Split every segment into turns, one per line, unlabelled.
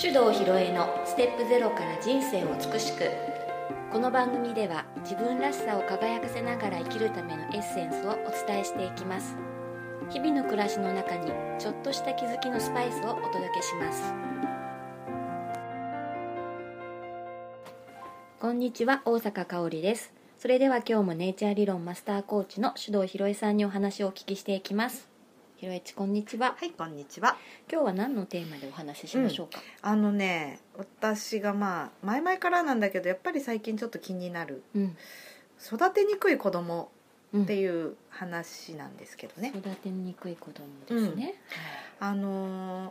手動ひろえのステップゼロから人生を美しくこの番組では自分らしさを輝かせながら生きるためのエッセンスをお伝えしていきます日々の暮らしの中にちょっとした気づきのスパイスをお届けしますこんにちは大阪香織ですそれでは今日もネイチャー理論マスターコーチの手動ひろえさんにお話をお聞きしていきますひろえちこんにちは
はいこんにちは
今日は何のテーマでお話ししましょうか、
あのね私がまあ前々からなんだけどやっぱり最近ちょっと気になる
うん
育てにくい子供
うん
っていう話なんですけどね、
育てにくい子供ですね、
あのー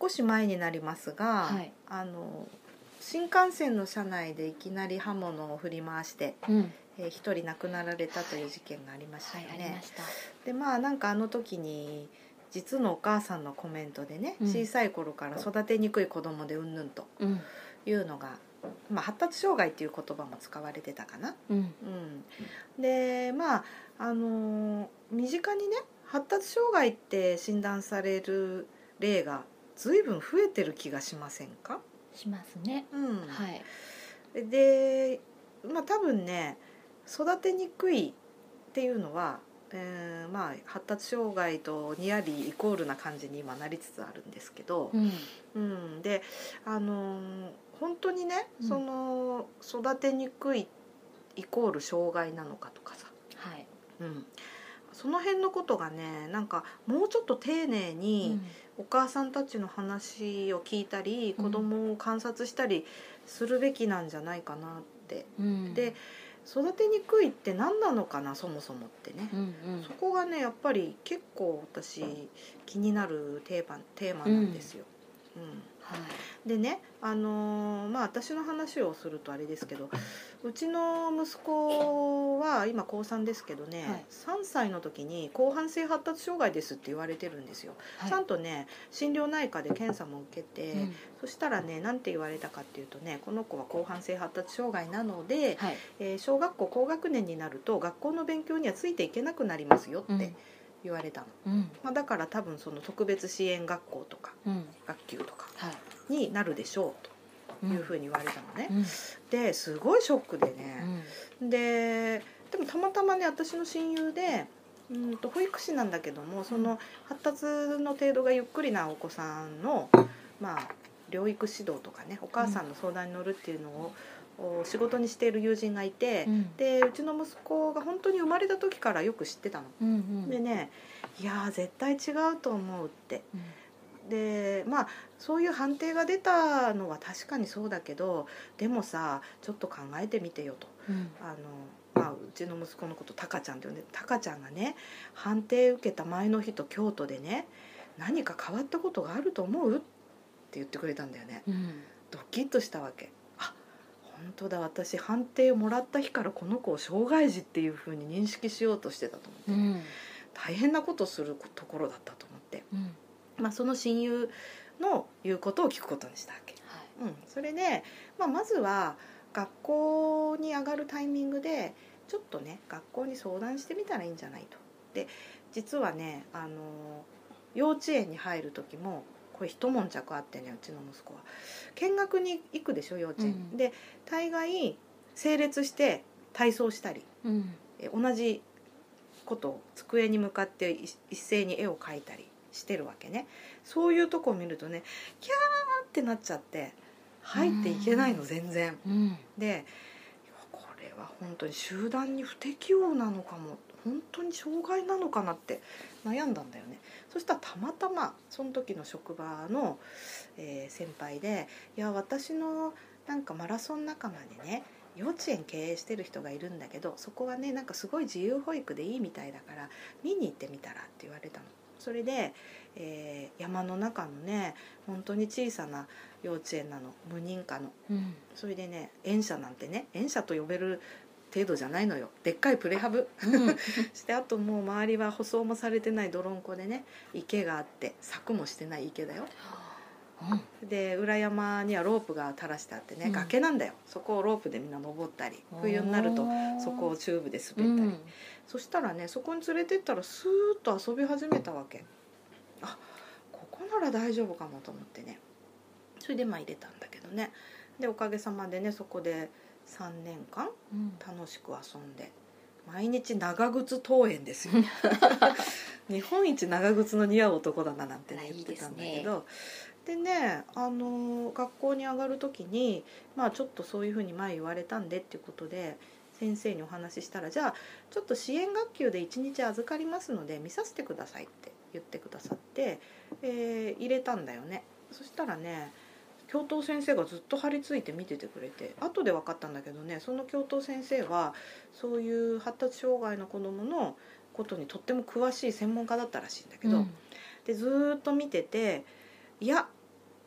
少し前になりますが、
はい
あのー新幹線の車内でいきなり刃物を振り回して、
うん
えー、一人亡くなられたという事件がありました
はい
よ
ありま
ね。
した
でまあなんかあの時に実のお母さんのコメントでね、
うん
小さい頃から育てにくい子供でうんぬんと
うん
いうのが、まあ、発達障害っていう言葉も使われてたかな。
うん
うん、でまあ、あのー身近にね発達障害って診断される例が随分増えてる気がしませんか、
しますね
うん
はい
でまあ多分ね育てにくいっていうのは、えーまあ、発達障害とニアリーイコールな感じに今なりつつあるんですけど。
うん
うん、であのー本当にね、
うん
その育てにくいイコール障害なのかとかさ、
はい
うん、その辺のことがねなんかもうちょっと丁寧にお母さんたちの話を聞いたり、
うん
子供を観察したりするべきなんじゃないかなって
うん
で育てにくいって何なのかなそもそもってね
う。んうん
そこがねやっぱり結構私気になるテーマテーマなんですよ。うん
はい
でね、あのーまあ私の話をするとあれですけどうちの息子は今高3ですけどね、
はい
3歳の時に広汎性発達障害ですって言われてるんですよ、
はい
ちゃんとね心療内科で検査も受けて、
うん
そしたらね何て言われたかっていうとねこの子は広汎性発達障害なので、
はい
えー小学校高学年になると学校の勉強にはついていけなくなりますよ
う
っ
ん
て言われたの、
うん
まあ、だから多分その特別支援学校とか
うん
学級とか
は
になるでしょうと。
い
いうふうに言われたのね
う、ん
ですごいショックで
う
ね、
ん
ででもたまたまね私の親友でうんと保育士なんだけどもその発達の程度がゆっくりなお子さんのまあ療育指導とかねお母さんの相談に乗るっていうのを、お仕事にしている友人がいて、
うん
でうちの息子が本当に生まれた時からよく知ってたの。
うんうん
でね「いやー絶対違うと思う」って
うん
でまあそういう判定が出たのは確かにそうだけどでもさちょっと考えてみてよと
うん
あの、まあ、うちの息子のことタカちゃんって呼んでタカちゃんがね判定受けた前の日と京都でね何か変わったことがあると思うって言ってくれたんだよね
うん
ドキッとしたわけあ本当だ私判定をもらった日からこの子を障害児っていうふうに認識しようとしてたと
う
思って、
ん
大変なことするところだったと思って。
うん
まあ、その親友の言うことを聞くことにしたわけ、
はい
うん、それで、まあ、まずは学校に上がるタイミングでちょっとね学校に相談してみたらいいんじゃないとで実はねあの幼稚園に入る時もこれ一悶着あってねうちの息子は見学に行くでしょ幼稚園、
うん
で大概整列して体操したり
うん
え同じことを机に向かってい一斉に絵を描いたりしてるわけねそういうとこを見るとねキャーってなっちゃって入っていけないの全然
うん
でこれは本当に集団に不適応なのかも本当に障害なのかなって悩んだんだよねそしたらたまたまその時の職場の、えー先輩で「いや私のなんかマラソン仲間でね幼稚園経営してる人がいるんだけどそこはねなんかすごい自由保育でいいみたいだから見に行ってみたら」って言われたの。それで、えー山の中のね本当に小さな幼稚園なの無認可の
うん
それでね園舎なんてね園舎と呼べる程度じゃないのよでっかいプレハブ
うん
してあともう周りは舗装もされてない泥んこでね池があって柵もしてない池だよ
うん
で裏山にはロープが垂らしてあってね、
うん
崖なんだよそこをロープでみんな登ったり冬になるとそこをチューブで滑ったり、そしたらねそこに連れてったらスーッと遊び始めたわけあここなら大丈夫かもと思ってねそれでまあ入れたんだけどねでおかげさまでねそこで3年間
うん
楽しく遊んで毎日長靴登園 ですよ日本一長靴の似合う男だななんてね
あら
言
い
っ
い
て
です
た
ね
んだけどでね、あのー学校に上がる時に、まあ、ちょっとそういうふうに前言われたんでっていうことで先生にお話ししたらじゃあちょっと支援学級で1日預かりますので見させてくださいって言ってくださって、えー入れたんだよねそしたらね教頭先生がずっと張り付いて見ててくれて後で分かったんだけどねその教頭先生はそういう発達障害の子どものことにとっても詳しい専門家だったらしいんだけど、でずーっと見てて「いや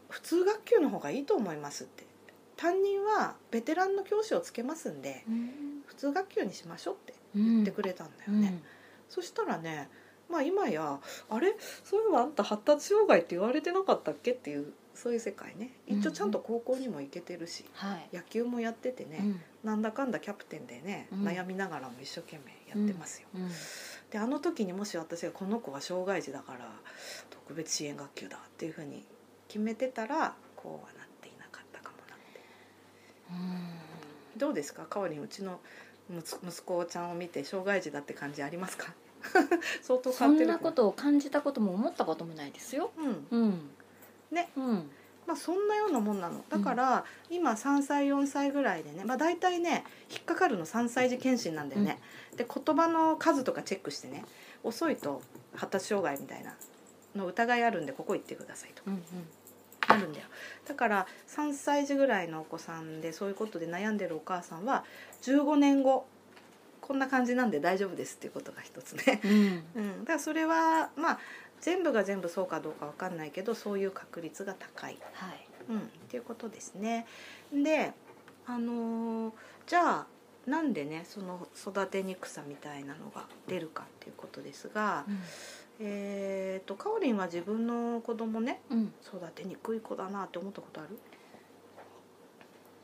普通学級の方がいいと思います」って「担任はベテランの教師をつけますんで
うん
普通学級にしましょう」って
言
言ってく
れ
れたんだよね。そしたらねまあ今やあれそういえばあんた発達障害って言われてなかったっけっていうそういう世界ね一応ちゃんと高校にも行けてるし、
はい
野球もやっててね、
うん
なんだかんだキャプテンでね、
うん
悩みながらも一生懸命やってますよ、
うん
であの時にもし私がこの子は障害児だから特別支援学級だっていうふうに決めてたらこうはなっていなかったかもなってどうですかかわりんうちの息息子ちゃんを見て障害児だって感じありますか 相当
そ
変わって
ん
る
な
か
ことを感じたことも思ったこともないですよ。
うん
うん、
ね、
うん、
まあ、そんなようなもんなのだから、今3歳4歳ぐらいでね、まあ、大体ね引っかかるの3歳児検診なんだよね、で言葉の数とかチェックしてね遅いと発達障害みたいなの疑いあるんでここ行ってくださいとか
うん、うん、
あるんだよだから3歳児ぐらいのお子さんでそういうことで悩んでるお母さんは15年後こんな感じなんで大丈夫ですっていうことが一つね
うん、
うん、だからそれはまあ全部が全部そうかどうかわかんないけどそういう確率が高い、
はい、
うん、っていうことですね。であのーじゃあなんでねその育てにくさみたいなのが出るかっていうことですが、えっとかおりんは自分の子供ね
うん、
育てにくい子だなって思ったことある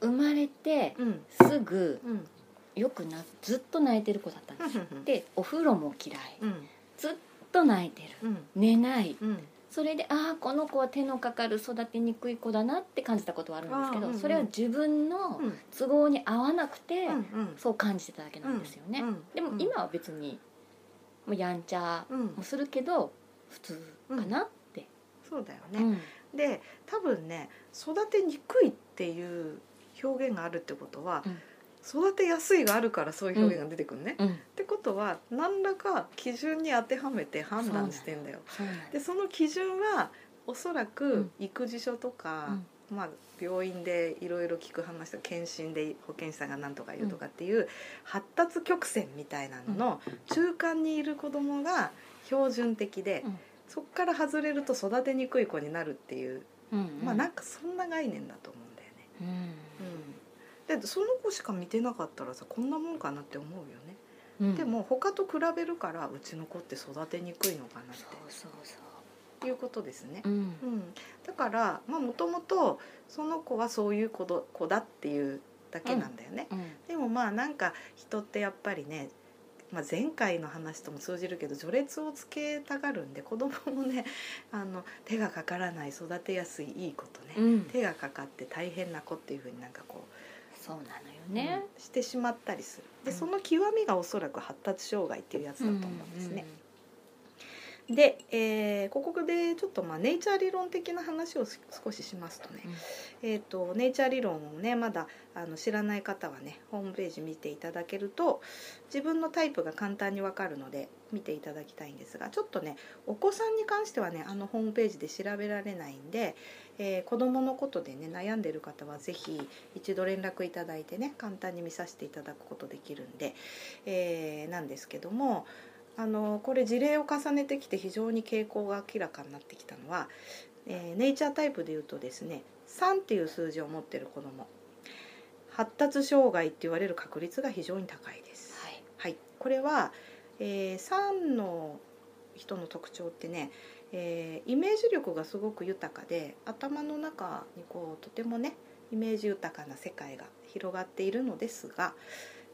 生まれて
うん
すぐ
うんうん
よくなずっと泣いてる子だったんですよ。で、お風呂も嫌い、
うん
ずっと泣いてる、
うん
寝ない、
うん
それでああこの子は手のかかる育てにくい子だなって感じたことはあるんですけ
あーうんう
ど、
ん
それは自分の
うん
都合に合わなくて
うんうん
そう感じてただけなんですよね。
うん
でも今は別にもうやんちゃ
うん
もするけど普通かなって、
そうだよね、
うん
で多分ね育てにくいっていう表現があるってことは、
うん
育てやすいがあるからそういう表現が出てくるね、っ
うん
てことは何らか基準に当てはめて判断してんだよ。
そうなん
でその基準はおそら
う
く
ん
育児書とか、まあ、病院でいろいろ聞く話とか検診で保健師さんが何とか言うとかっていう発達曲線みたいなのの中間にいる子供が標準的で、
うん
そこから外れると育てにくい子になるっていう
うんうん
まあなんかそんな概念だと思うんだよね。うん、でその子しか見てなかったらさこんなもんかなって思うよね。
うん
でも他と比べるからうちの子って育てにくいのかなっ
そうそうそ
ていうことですね。
う、うん
うん、だからまあもともとその子はそういう子ど子だっていうだけなんだよね。
うん
でもまあなんか人ってやっぱりね、まあ、前回の話とも通じるけど序列をつけたがるんで子供もねあの手がかからない育てやすいいい子とね、
うん、
手がかかって大変な子っていうふうになんかこ
そうなのよ
う、
ね、
うんしてしまったりするで、
うん
その極みがおそらく発達障害っていうやつだと思うんですね。
うん
で、えーここでちょっとまあネイチャー理論的な話をす少ししますとね、えー、とネイチャー理論をねまだあの知らない方はねホームページ見ていただけると自分のタイプが簡単にわかるので見ていただきたいんですがちょっとねお子さんに関してはねあのホームページで調べられないんで、えー子どものことでね悩んでる方は是非一度連絡いただいてね簡単に見させていただくことできるんで、えーなんですけどもあのこれ事例を重ねてきて非常に傾向が明らかになってきたのは、えーネイチャータイプでいうとですね3っていう数字を持ってる子ども発達障害って言われる確率が非常に高いです。
はい
はい、これは、えー、3の人の特徴ってね、えーイメージ力がすごく豊かで頭の中にこうとてもねイメージ豊かな世界が広がっているのですが、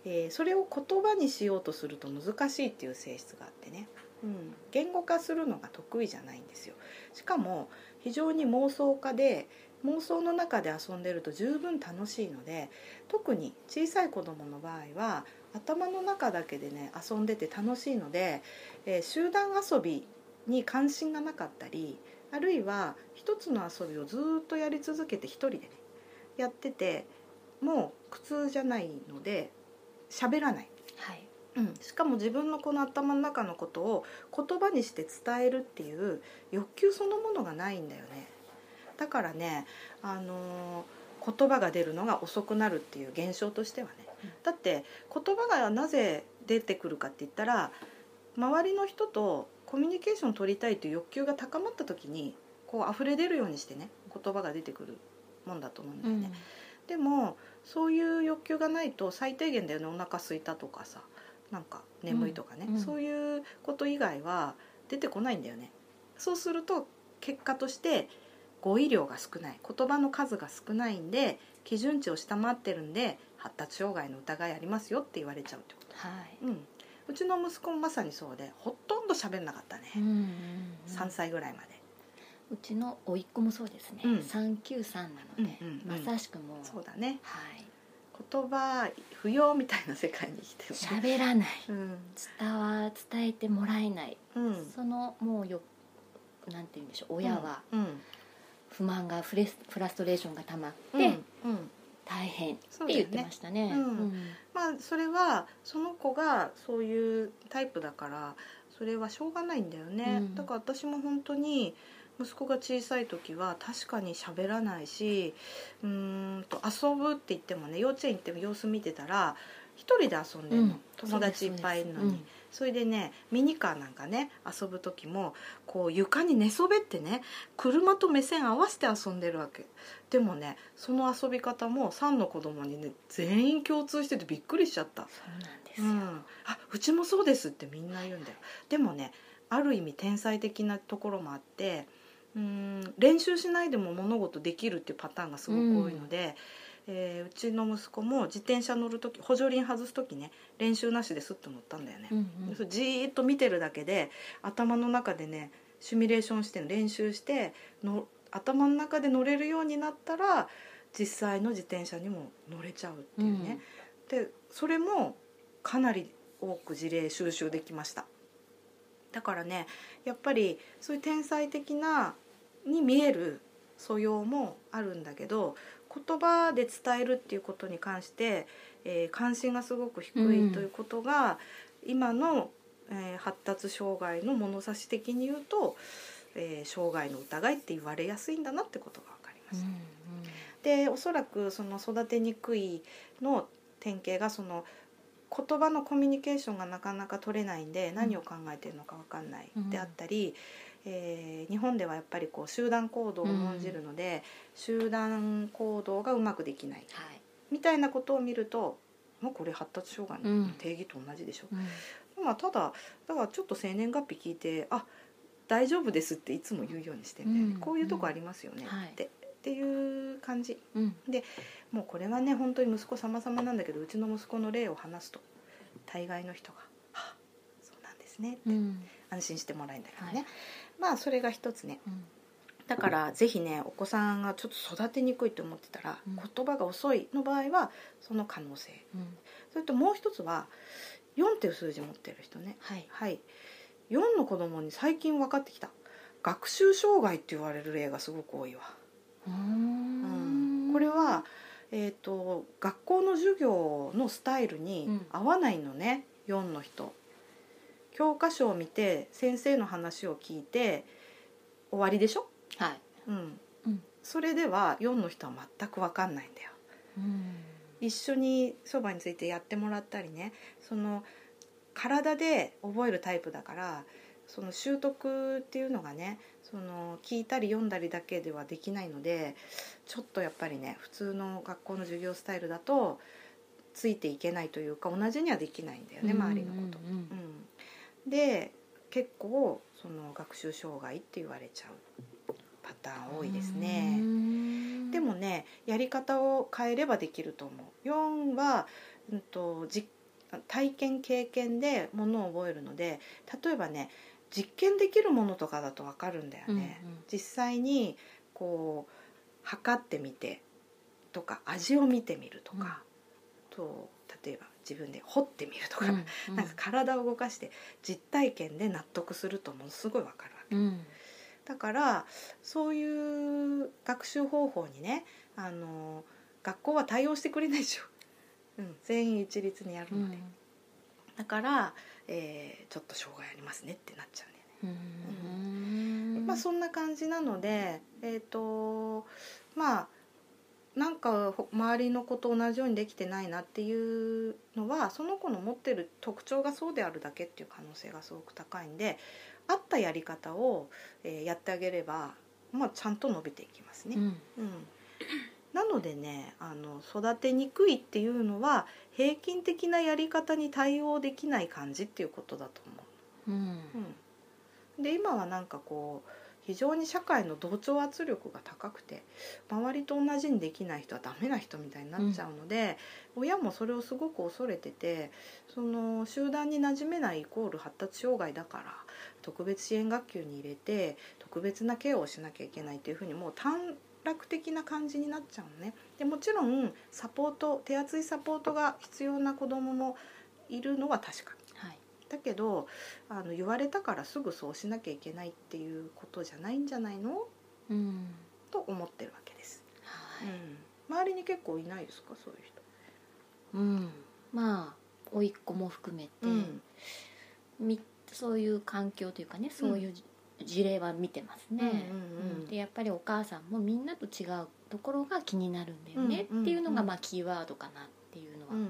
えーそれを言葉にしようとすると難しいっていう性質があってね、うん、言語化するのが得意じゃないんですよ。しかも非常に妄想家で妄想の中で遊んでると十分楽しいので特に小さい子どもの場合は頭の中だけでね遊んでて楽しいので、えー集団遊びに関心がなかったりあるいは一つの遊びをずーっとやり続けて一人でねやっててもう苦痛じゃないので喋らない。
はい
うん、しかも自分のこの頭の中のことを言葉にして伝えるっていう欲求そのものがないんだよねだからね、あのー言葉が出るのが遅くなるっていう現象としてはね、
うん
だって言葉がなぜ出てくるかって言ったら周りの人とコミュニケーションを取りたいという欲求が高まった時にこう溢れ出るようにしてね言葉が出てくるもんだと思うんだよね。でもそういう欲求がないと最低限だよねお腹空すいたとかさなんか眠いとかね、
うんうん
そういうこと以外は出てこないんだよねそうすると結果として語彙量が少ない言葉の数が少ないんで基準値を下回ってるんで発達障害の疑いありますよって言われちゃうってこ
は
と、うん、うちの息子もまさにそうでほとんど喋んなかったね、
い、うんうんうん
3歳ぐらいまで
うちの甥っ子もそうですね、
うん
393なので、
うんうんうん
まさしくもう
そうだね
はい
言葉不要みたいな世界に生きてるね
喋らない
うん
伝わ伝えてもらえない、
うん
そのもうよなんて言うんでしょう親は
うん
不満がフレスフラストレーションがたまって、
うんうん
大変っ
そう
て
だよ
言っ
ね
てましたね
うんまあそれはその子がそういうタイプだからそれはしょうがないんだよね、
うん
だから私も本当に息子が小さい時は確かに喋らないしうーんと遊ぶって言ってもね幼稚園行っても様子見てたら一人で遊んでるの、
うん
友達いっぱいいるのにそ,、れでねミニカーなんかね遊ぶ時もこう床に寝そべってね車と目線合わせて遊んでるわけでもねその遊び方も3の子供にね全員共通しててびっくりしちゃった
そうなんです
う
よ、
ん、あうちもそうですってみんな言うんだよでもねある意味天才的なところもあってうん練習しないでも物事できるっていうパターンがすごく多いので、うえーうちの息子も自転車乗る時補助輪外す時ね練習なしですっと乗ったんだよね、
うんうん
そうじーっと見てるだけで頭の中でねシミュレーションして練習しての頭の中で乗れるようになったら実際の自転車にも乗れちゃうっていうね、でそれもかなり多く事例収集できましただからねやっぱりそういう天才的なに見える素養もあるんだけど言葉で伝えるっていうことに関して、えー関心がすごく低
う
い
ん
ということが、今の、えー発達障害の物差し的に言うと、えー障害の疑いって言われやすいんだなってことが分かりま
う
し
ん
た。
うん
でおそらくその育てにくいの典型がその言葉のコミュニケーションがなかなか取れないんで何を考えてるのか分かんない
うん
であったり、えー日本ではやっぱりこう集団行動を重んじるので、集団行動がうまくできない
はい、
みたいなことを見るともうこれ発達障害の定義と同じでしょ、
うん
まあただだからちょっと生年月日聞いてあ大丈夫ですっていつも言うようにしてんだよね
うん
こういうとこありますよね
はい
って、っていう感じ
うん
もうこれはね本当に息子様々なんだけどうちの息子の例を話すと大概の人が「はあそうなんですね」って
うん
安心してもらえるんだけどね、
はい
まあそれが一つね
うん
だからぜひねお子さんがちょっと育てにくいと思ってたら、
うん
言葉が遅いの場合はその可能性
うん
それともう一つは4っていう数字持ってる人ね
はい
はい4の子供に最近分かってきた学習障害って言われる例がすごく多いわ。
う
うん
ん
これは、えー、と学校の授業のスタイルに
うん
合わないのね、4の人。教科書を見て先生の話を聞いて終わりでしょ、
はい、
うん
うん
それでは4の人は全く分かんないんだよ。
うん
一緒にそばについてやってもらったりねその体で覚えるタイプだからその習得っていうのがねその聞いたり読んだりだけではできないのでちょっとやっぱりね普通の学校の授業スタイルだとついていけないというか同じにはできないんだよね周りのこと。
うんうん
うん、で結構その学習障害って言われちゃうパターン多いですね。
ね
でもねやり方を変えればできると思う4は、うん、と実体験経験でものを覚えるので例えばね実験できるものとかだと分かるんだよね、
うんうん
実際にこう測ってみてとか味を見てみるとか、と例えば自分で掘ってみるとか、
うん
なんか体を動かして実体験で納得するとものすごいわかるわけ
うん
だからそういう学習方法にねあの学校は対応してくれないでしょ、うん、全員一律にやる
う
の
ん
で、だから、えーちょっと障害ありますねってなっちゃうんだよね
うん
まあそんな感じなのでえっ、とまあなんかほ周りの子と同じようにできてないなっていうのはその子の持ってる特徴がそうであるだけっていう可能性がすごく高いんで合ったやり方を、えーやってあげれば、まあ、ちゃんと伸びていきますね
う。ん
うんなのでねあの育てにくいっていうのは平均的なやり方に対応できない感じっていうことだと思う。
うん
うん、で今はなんかこう非常に社会の同調圧力が高くて周りと同じにできない人はダメな人みたいになっちゃうので、親もそれをすごく恐れててその集団に馴染めないイコール発達障害だから特別支援学級に入れて特別なケアをしなきゃいけないっていうふうにもう短絡的な感じになっちゃうのね。でもちろんサポート手厚いサポートが必要な子どももいるのは確か。
はい
だけどあの言われたからすぐそうしなきゃいけないっていうことじゃないんじゃないの
うん
と思ってるわけです、
はい
うん、周りに結構いないですかそういう人、
うんまあ甥っ子も含めて、みそういう環境というかねそういうじ事例は見てますね、
うんうんうん
でやっぱりお母さんもみんなと違うところが気になるんだよね、
うんうんうん
っていうのがまあキーワードかなっていうのは、
う
うん
ん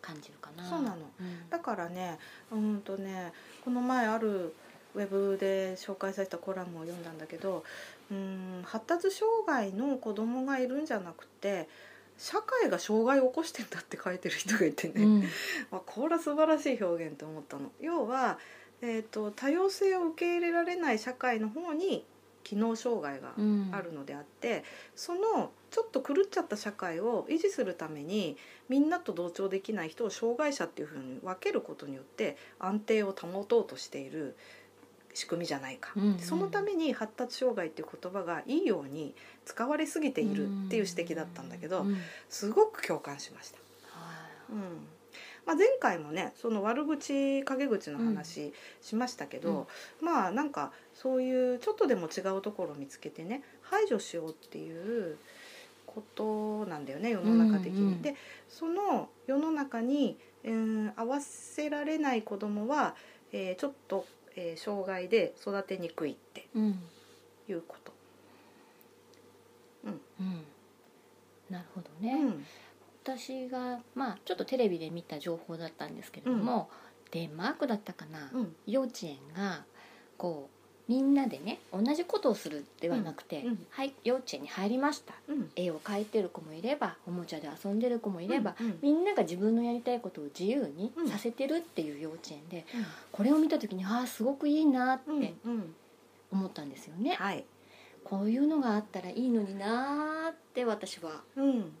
感じるかな
そうなの、
うん
だからねうんとねこの前あるウェブで紹介されたコラムを読んだんだけどうん発達障害の子供がいるんじゃなくて社会が障害を起こしてんだって書いてる人がいてね、
うん
まあ、これは素晴らしい表現と思ったの要は、えー、と多様性を受け入れられない社会の方に機能障害が
うん
あるのであって、そのちょっと狂っちゃった社会を維持するためにみんなと同調できない人を障害者っていうふうに分けることによって安定を保とうとしている仕組みじゃないか、
うんうん
そのために発達障害っていう言葉がいいように使われすぎているっていう指摘だったんだけど、
うん
すごく共感しました。
は
うんまあ、前回もねその悪口陰口の話しましたけど、まあなんかそういうちょっとでも違うところを見つけてね排除しようっていうことなんだよね世の中的に。
うんうん
でその世の中に、えー合わせられない子供は、えーちょっと、えー障害で育てにくいって
いうん
いうこと。
うんなるほどね、
うん
私がまあちょっとテレビで見た情報だったんですけれども、デンマークだったかな、
うん
幼稚園がこうみんなでね同じことをするではなくて、
うんうん
はい、幼稚園に入りました
うん
絵を描いてる子もいればおもちゃで遊んでる子もい
い
れば、
うんうん
みんなが自分のやりたいことを自由に
うん
させてるっていう幼稚園でこれを見た時にああすごくいいなっ
うん
て
うん
思ったんですよね、
はい
こういうのがあったらいいのになーって私は
うん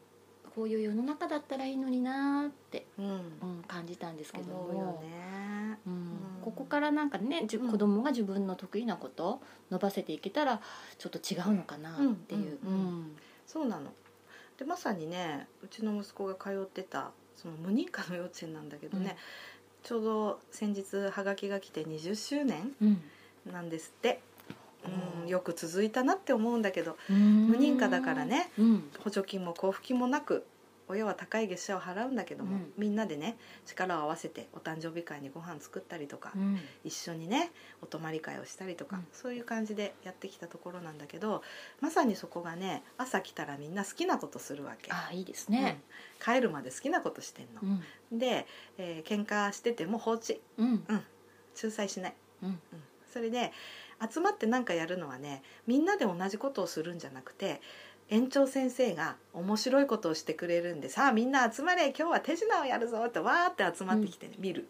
こういう世の中だったらいいのになーって、
うん
うん、感じたんですけども
思うよね。
うん
うん
ここからなんかね、じゅ
うん
子供が自分の得意なことを伸ばせていけたらちょっと違うのかなっていう。
うんうんそうなのでまさにねうちの息子が通ってたその無認可の幼稚園なんだけどね、ちょうど先日ハガキが来て20周年
うん
なんですって、
う
うんん、よく続いたなって思うんだけど
無
無認可だからね
うん
補助金も交付金もなく親は高い月謝を払うんだけども、
うん
みんなでね力を合わせてお誕生日会にご飯作ったりとか、
うん
一緒にねお泊まり会をしたりとか、
うん
そういう感じでやってきたところなんだけどまさにそこがね朝来たらみんな好きなことするわけ、
ああいいですね。
うん帰るまで好きなことしてんの
う、ん
で、えー喧嘩してても放置
うん
仲裁しない、
うん
うんそれで集まって何かやるのはねみんなで同じことをするんじゃなくて園長先生が面白いことをしてくれるんでさあみんな集まれ今日は手品をやるぞってわーって集まってきてね、見る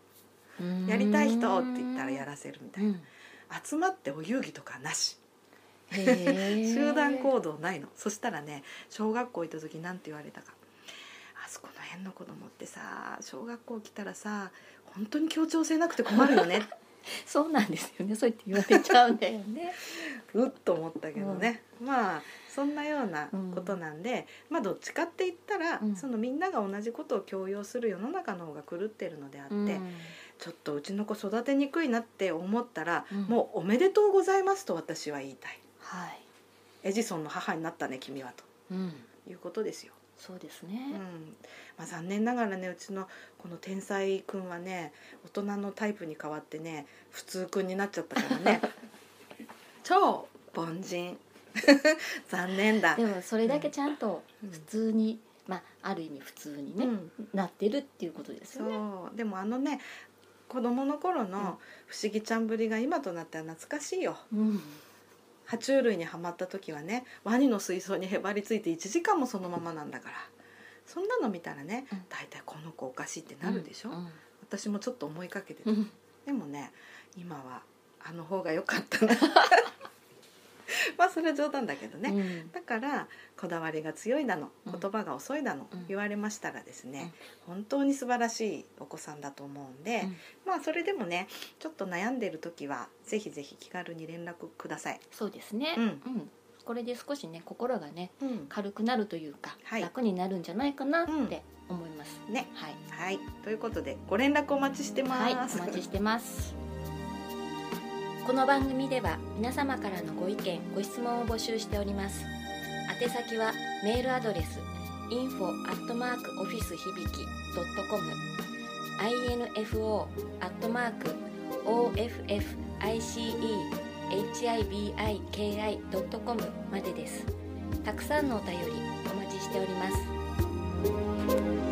うん
やりたい人って言ったらや
ら
らせるみたいな。集まってお遊戯とかなし集
集
団行動ないのそしたらね小学校行った時なんて言われたかあそこの辺の子供ってさ小学校来たらさ本当に協調性なくて困る よね
そうなんですよね。そう言って言われちゃうんだよね。
うっと思ったけどね、まあそんなようなことなんで、まあどっちかって言ったら、
うん
そのみんなが同じことを強要する世の中の方が狂ってるのであって、ちょっとうちの子育てにくいなって思ったら、
うん
もうおめでとうございますと私は言いたい。
はい、
エジソンの母になったね君はと
うん、
いうことですよ。
そうです
うん
ね、
まあ、残念ながらねうちのこの天才くんはね大人のタイプに変わってね普通くんになっちゃったから ね超凡人 残念だ、
でもそれだけちゃんと
うん
普通に、まあある意味普通にね、
うん
なってるっていうことですよね
そうでもあのね子供の頃
うん
の不思議ちゃんぶりが今となっては懐かしいよ
うん
爬虫類にはまった時はねワニの水槽にへばりついて1時間もそのままなんだからそんなの見たらね
うん
大体この子おかしいってなるでしょ、
うん
私もちょっと思いかけてた
うん
でもね今はあの方が良 かったなまあそれは冗談だけどね、
うん
だからこだわりが強いなの
うん
言葉が遅いなの、
うん
言われましたらですね、本当に素晴らしいお子さんだと思うんで、
うん
まあそれでもねちょっと悩んでる時はぜひぜひ気軽に連絡ください。
そうですね、
うん
これで少しね心がね
うん
軽くなるというか、
はい
楽になるんじゃないかなって思います、
ね
はい
はい、ということでご連絡お待ちして
はい、
ま
お
す。
待ちしてます。この番組では皆様からのご意見、ご質問を募集しております。宛先はメールアドレス info office 響き .com、info office hibiki .com までです。たくさんのお便りお待ちしております。